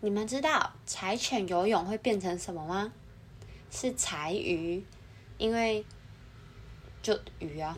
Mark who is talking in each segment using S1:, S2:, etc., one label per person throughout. S1: 你们知道柴犬游泳会变成什么吗？是柴鱼，因为就鱼啊。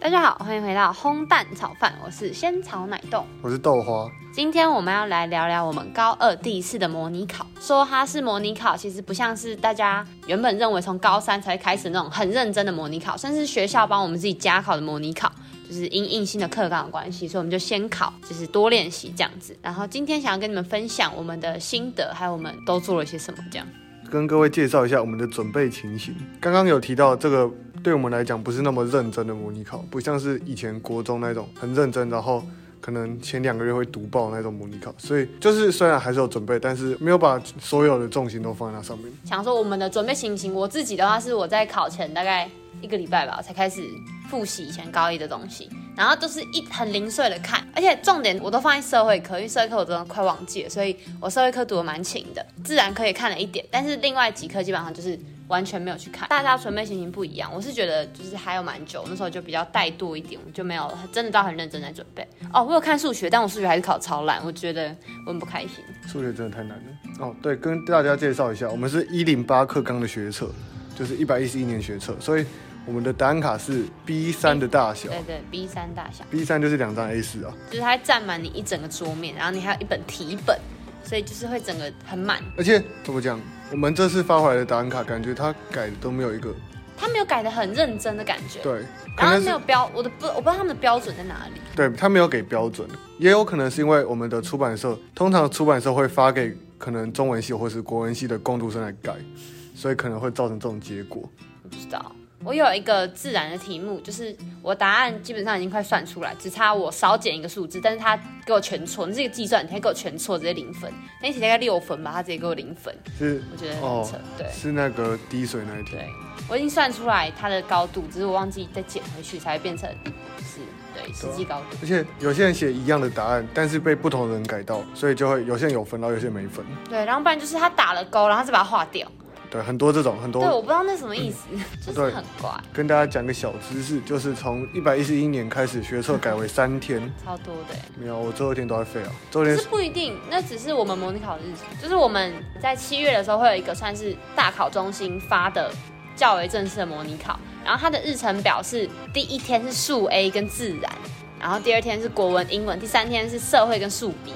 S1: 大家好，欢迎回到烘蛋炒饭，我是仙草奶冻。
S2: 我是豆花，
S1: 今天我们要来聊聊我们高二第一次的模拟考。说它是模拟考，其实不像是大家原本认为从高三才开始那种很认真的模拟考，甚至学校帮我们自己加考的模拟考。就是因应新的课纲的关系，所以我们就先考，就是多练习这样子。然后今天想要跟你们分享我们的心得，还有我们都做了些什么这样。
S2: 跟各位介绍一下我们的准备情形。刚刚有提到这个对我们来讲不是那么认真的模拟考，不像是以前国中那种很认真，然后可能前两个月会读报那种模拟考。所以就是虽然还是有准备，但是没有把所有的重心都放在那上面。
S1: 想说我们的准备情形，我自己的话是我在考前大概一个礼拜吧，我才开始复习以前高一的东西，然后都是一很零碎的看，而且重点我都放在社会科，因为社会科我真的快忘记了，所以我社会科读的蛮勤的，自然科也看了一点，但是另外几科基本上就是完全没有去看。大家准备情形不一样，我是觉得就是还有蛮久，那时候就比较怠惰一点，我就没有真的到很认真在准备。哦，我有看数学，但我数学还是考超烂，我觉得我很不开心。
S2: 数学真的太难了。哦，对，跟大家介绍一下，我们是一零八课纲的学测，就是一百一十一年学测，所以我们的答案卡是 B 三的大小
S1: 对对，B 三大小。
S2: ，B 三就是两张 A 四啊。
S1: 就是它会占满你一整个桌面，然后你还有一本题本，所以就是会整个很满。
S2: 而且怎么讲，我们这次发回来的答案卡，感觉它改的都没有一个
S1: 他没有改的很认真的感觉，
S2: 对，可
S1: 然后
S2: 能
S1: 没
S2: 是
S1: 有标，我的不我不知道他们的标准在哪里。
S2: 对他没有给标准，也有可能是因为我们的出版社，通常出版社会发给可能中文系或是国文系的工读生来改，所以可能会造成这种结果。
S1: 我不知道。我有一个自然的题目，就是我答案基本上已经快算出来，只差我少减一个数字，但是他给我全错，你这个计算，他给我全错，直接零分。那一题大概六分吧，他直接给我零分，
S2: 是
S1: 我觉得很
S2: 哦
S1: 扯。对，
S2: 是那个滴水那一题，
S1: 对，我已经算出来它的高度，只是我忘记再减回去，才会变成是对
S2: 啊
S1: 实际高度。
S2: 而且有些人写一样的答案，但是被不同的人改到，所以就会有些人有分，然后有些人没分。
S1: 对，然后不然就是他打了勾，然后再把它划掉。
S2: 对，很多这种，很
S1: 对，
S2: 多
S1: 我不知道那什么意思， 就是
S2: 对
S1: 很怪，
S2: 跟大家讲个小知识，就是从一百一十一年开始，学测改为三天。
S1: 超多的欸。
S2: 没有，我最后一天都在废啊，最后一
S1: 可
S2: 天
S1: 是不一定，那只是我们模拟考的日子，就是我们在七月的时候会有一个算是大考中心发的较为正式的模拟考，然后它的日程表是第一天是数 A 跟自然，然后第二天是国文、英文，第三天是社会跟数 B。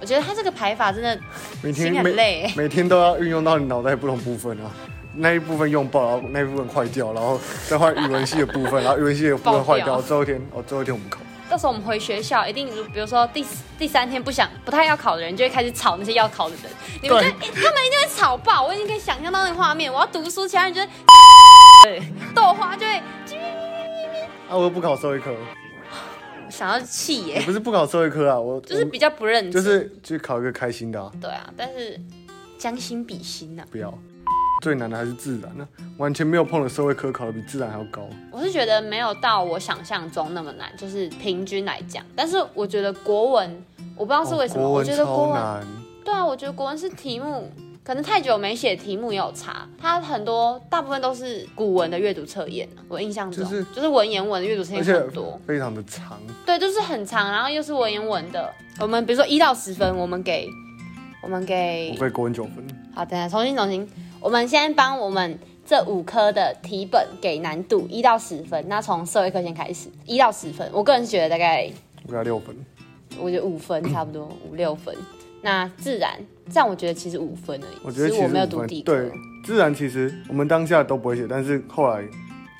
S1: 我觉得它这个排法真的
S2: 每天
S1: 心很
S2: 每
S1: 累欸，
S2: 每天都要运用到你脑袋不同部分啊，那一部分用爆，然后那一部分坏掉，然后再换语文系的部 分，然后语文系的部分坏
S1: 爆掉
S2: 掉，最后一天哦，最后一天我们考，
S1: 到时候我们回学校，一定如比如说第第三天不想不太要考的人，就会开始吵那些要考的人。你们
S2: 对
S1: 看，欸他们一定会吵爆，我已经可以想象到那个画面。我要读书，其他人就会 对 豆花就会
S2: 啊，我又不考社会科，
S1: 我想要气
S2: 我
S1: 耶，
S2: 不是不考社会科啊，我
S1: 就是
S2: 我
S1: 比较不认真。
S2: 就是去考一个开心的啊，
S1: 对啊，但是将心比心啊呐、
S2: 不要。最难的还是自然呢、完全没有碰的社会科考的比自然还要高。
S1: 我是觉得没有到我想象中那么难，就是平均来讲。但是我觉得国文，我不知道是为什么，
S2: 哦国
S1: 我
S2: 文
S1: 觉得国
S2: 超
S1: 文
S2: 难，
S1: 对啊，我觉得国文是题目，可能太久没写题目也有差。它很多大部分都是古文的阅读测验，我印象中
S2: 就是
S1: 文言文的阅读测
S2: 而
S1: 验
S2: 且
S1: 很多。
S2: 非常的长。
S1: 对，就是很长，然后又是文言文的。我们比如说一到十分，我们给我们给
S2: 我被国文九分，
S1: 好，等一下重新重新，我们先帮我们这五科的题本给难度一到十分，那从社会科先开始，一到十分，我个人觉得大概
S2: 我给他六分。
S1: 我觉得五 分差不多，五六分。那自然，这样我觉得其实五分而已，
S2: 我觉得
S1: 只
S2: 其
S1: 是
S2: 实
S1: 我没有
S2: 五
S1: 读
S2: 分
S1: 地科。
S2: 对，自然其实我们当下都不会写，但是后来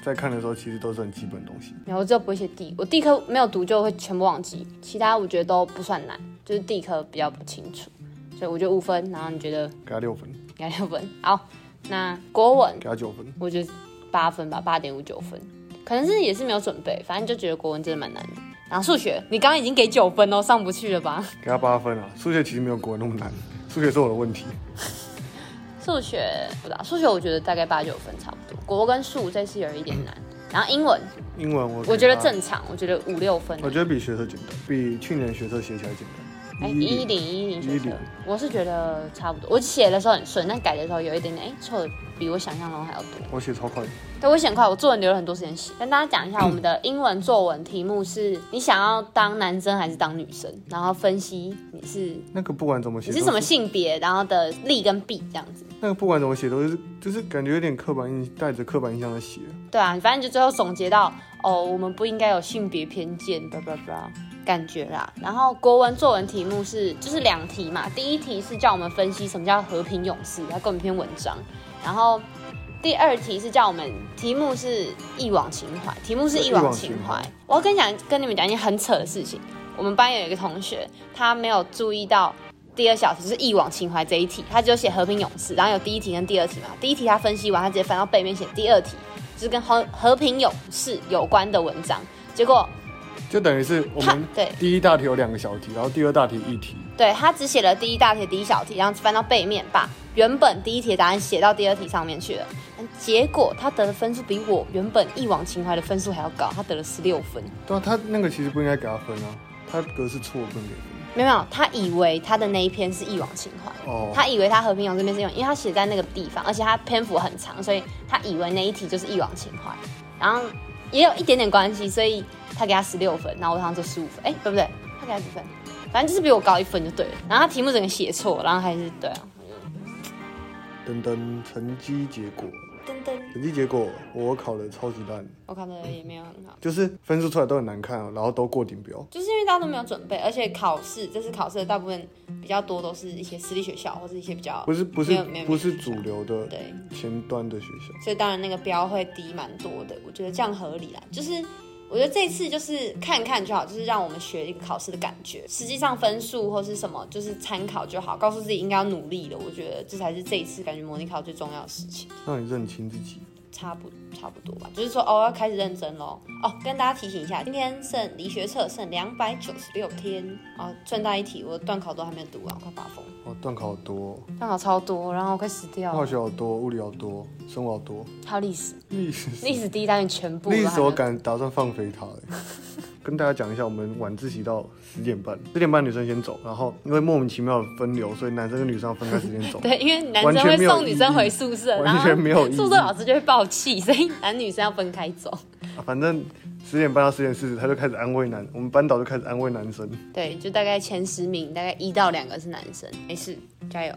S2: 在看的时候，其实都是很基本的东西。
S1: 然后就不会写地，我地科没有读就会全部忘记，其他我觉得都不算难，就是地科比较不清楚，所以我觉得五分，然后你觉得
S2: 给他六分，
S1: 应该六分。 好，那国文
S2: 给他九分。
S1: 我觉得八分吧，八点五九分，可能是也是没有准备，反正就觉得国文真的蛮难的。然后数学，你刚刚已经给九分哦，上不去了吧？
S2: 给他八分啊！数学其实没有国文那么难，数学是我的问题。
S1: 数学不知道，数学我觉得大概八九分差不多。国跟数这次有一点难，然后英文
S2: 英文我啊
S1: 我觉得
S2: 给他，
S1: 正常，我觉得五六分。
S2: 我觉得比学测简单，比去年学测写起来简单。
S1: 哎，
S2: 110
S1: 一零一零学
S2: 110
S1: 测，我是觉得差不多。我写的时候很顺，但改的时候有一点点，哎，错的比我想象中还要多。
S2: 我写超快的，
S1: 对，我写很快，我作文留了很多时间写。跟大家讲一下，我们的英文作文题目是你想要当男生还是当女生，然后分析你是
S2: 那个不管怎么写，
S1: 你是什么？性别，然后的利跟弊这样子。
S2: 那个不管怎么写都是，就是感觉有点刻板印，带着刻板印象在写。
S1: 对啊，反正就最后总结到，哦，我们不应该有性别偏见，叭叭叭，感觉啦。然后国文作文题目是就是两题嘛，第一题是叫我们分析什么叫和平勇士，它根本篇文章。然后第二题是叫我们题目是一往情怀，题目是一往情
S2: 一往
S1: 怀
S2: 情怀。
S1: 我要跟你讲，跟你们讲一件很扯的事情。我们班有一个同学，他没有注意到第二小题就是一往情怀这一题，他只有写和平勇士，然后有第一题跟第二题嘛。第一题他分析完，他直接翻到背面写第二题，就是跟和和平勇士有关的文章。结果
S2: 就等于是我
S1: 他
S2: 们
S1: 对
S2: 第一大题有两个小题，然后第二大题一题，
S1: 对他只写了第一大题、第一小题，然后翻到背面，把原本第一题的答案写到第二题上面去了。但结果他得的分数比我原本一往情怀的分数还要高，他得了十六分。
S2: 对啊，他那个其实不应该给他分啊，他格式错不能给分。
S1: 没有没有，他以为他的那一篇是一往情怀，
S2: 哦，
S1: 他以为他和平勇这边是一往，因为他写在那个地方，而且他篇幅很长，所以他以为那一题就是一往情怀，然后也有一点点关系，所以他给他十六分，然后我好像就十五分，哎、对不对？他给他几分？反正就是比我高一分就对了。然后他题目整个写错，然后还是对啊，
S2: 等等成绩结果，
S1: 噔噔，
S2: 成绩结果我考的超级烂，
S1: 我考的也没有很好，
S2: 就是分数出来都很难看哦，然后都过顶标。
S1: 就是因为大家都没有准备，而且考试这次考试的大部分比较多都是一些私立学校或是一些比较
S2: 不是不
S1: 没
S2: 是
S1: 有没有
S2: 不是主流的
S1: 对。
S2: 前端的学校，
S1: 所以当然那个标会低蛮多的，我觉得这样合理啦。就是我觉得这次就是看看就好，就是让我们学一个考试的感觉，实际上分数或是什么就是参考就好，告诉自己应该要努力了。我觉得这才是这一次感觉模拟考最重要的事情。
S2: 让你认清自己。
S1: 差不差不多吧，就是说哦，要开始认真喽。哦，跟大家提醒一下，今天剩离学测剩两百九十六天哦。顺带一提，我的段考都还没有读完，我快发疯，
S2: 哦，段考好多哦，
S1: 段考超多，然后我快死掉
S2: 化
S1: 了。
S2: 学好多，物理好多，生物好多，
S1: 还有历史，
S2: 历史是
S1: 历史第一单元全部都
S2: 历
S1: 还
S2: 史
S1: 没
S2: 我
S1: 有。
S2: 敢打算放飞它、欸。 跟大家讲一下，我们晚自习到十点半，十点半女生先走，然后因为莫名其妙的分流，所以男生跟女生要分开时间走
S1: 对，因为男
S2: 完
S1: 生
S2: 全
S1: 会
S2: 没有
S1: 送
S2: 意
S1: 女
S2: 义
S1: 生回宿舍，然
S2: 完
S1: 后
S2: 全没有 意义
S1: 宿舍老师就会爆气，所以男女生要分开走。
S2: 啊反正十点半到十点四十，他就开始安慰男，我们班导就开始安慰男生。
S1: 对，就大概前十名，大概一到两个是男生。没事，加油，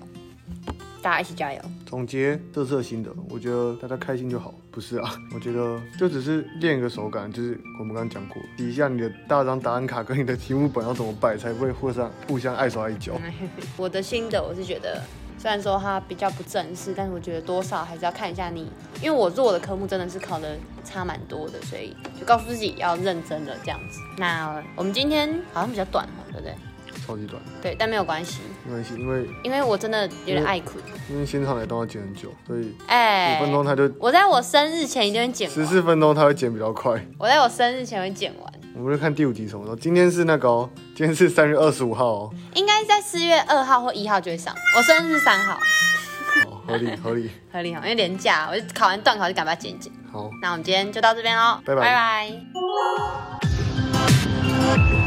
S1: 大家一起加油。
S2: 总结这次的心得，我觉得大家开心就好，不是啊？ 我觉得就只是练一个手感，就是我们刚刚讲过，比一下你的大张答案卡跟你的题目本要怎么摆，才不会互相互相碍手碍脚。
S1: 我的心得我是觉得，虽然说它比较不正式，但是我觉得多少还是要看一下你，因为我做的科目真的是考的差蛮多的，所以就告诉自己要认真了这样子。那我们今天好像比较短哦，对不对？
S2: 超级短，
S1: 对，但没有关系，
S2: 没关系，因为
S1: 因为我真的有点爱哭。
S2: 因为现场来都要剪很久，所以
S1: 哎、
S2: 五分钟他就
S1: 我在我生日前一定会剪
S2: 十
S1: 完，
S2: 四分钟他会剪比较快。
S1: 我在我生日前会剪完，
S2: 我们就看第五集什么时候。今天是那个、哦，今天是三月二十五号哦，
S1: 应该在四月二号或一号就会上。我生日是三号，
S2: 好合理合理。
S1: 合理哈，因为连假，我就考完段考就赶快剪一剪。
S2: 好，
S1: 那我们今天就到这边喽，
S2: 拜拜
S1: 拜拜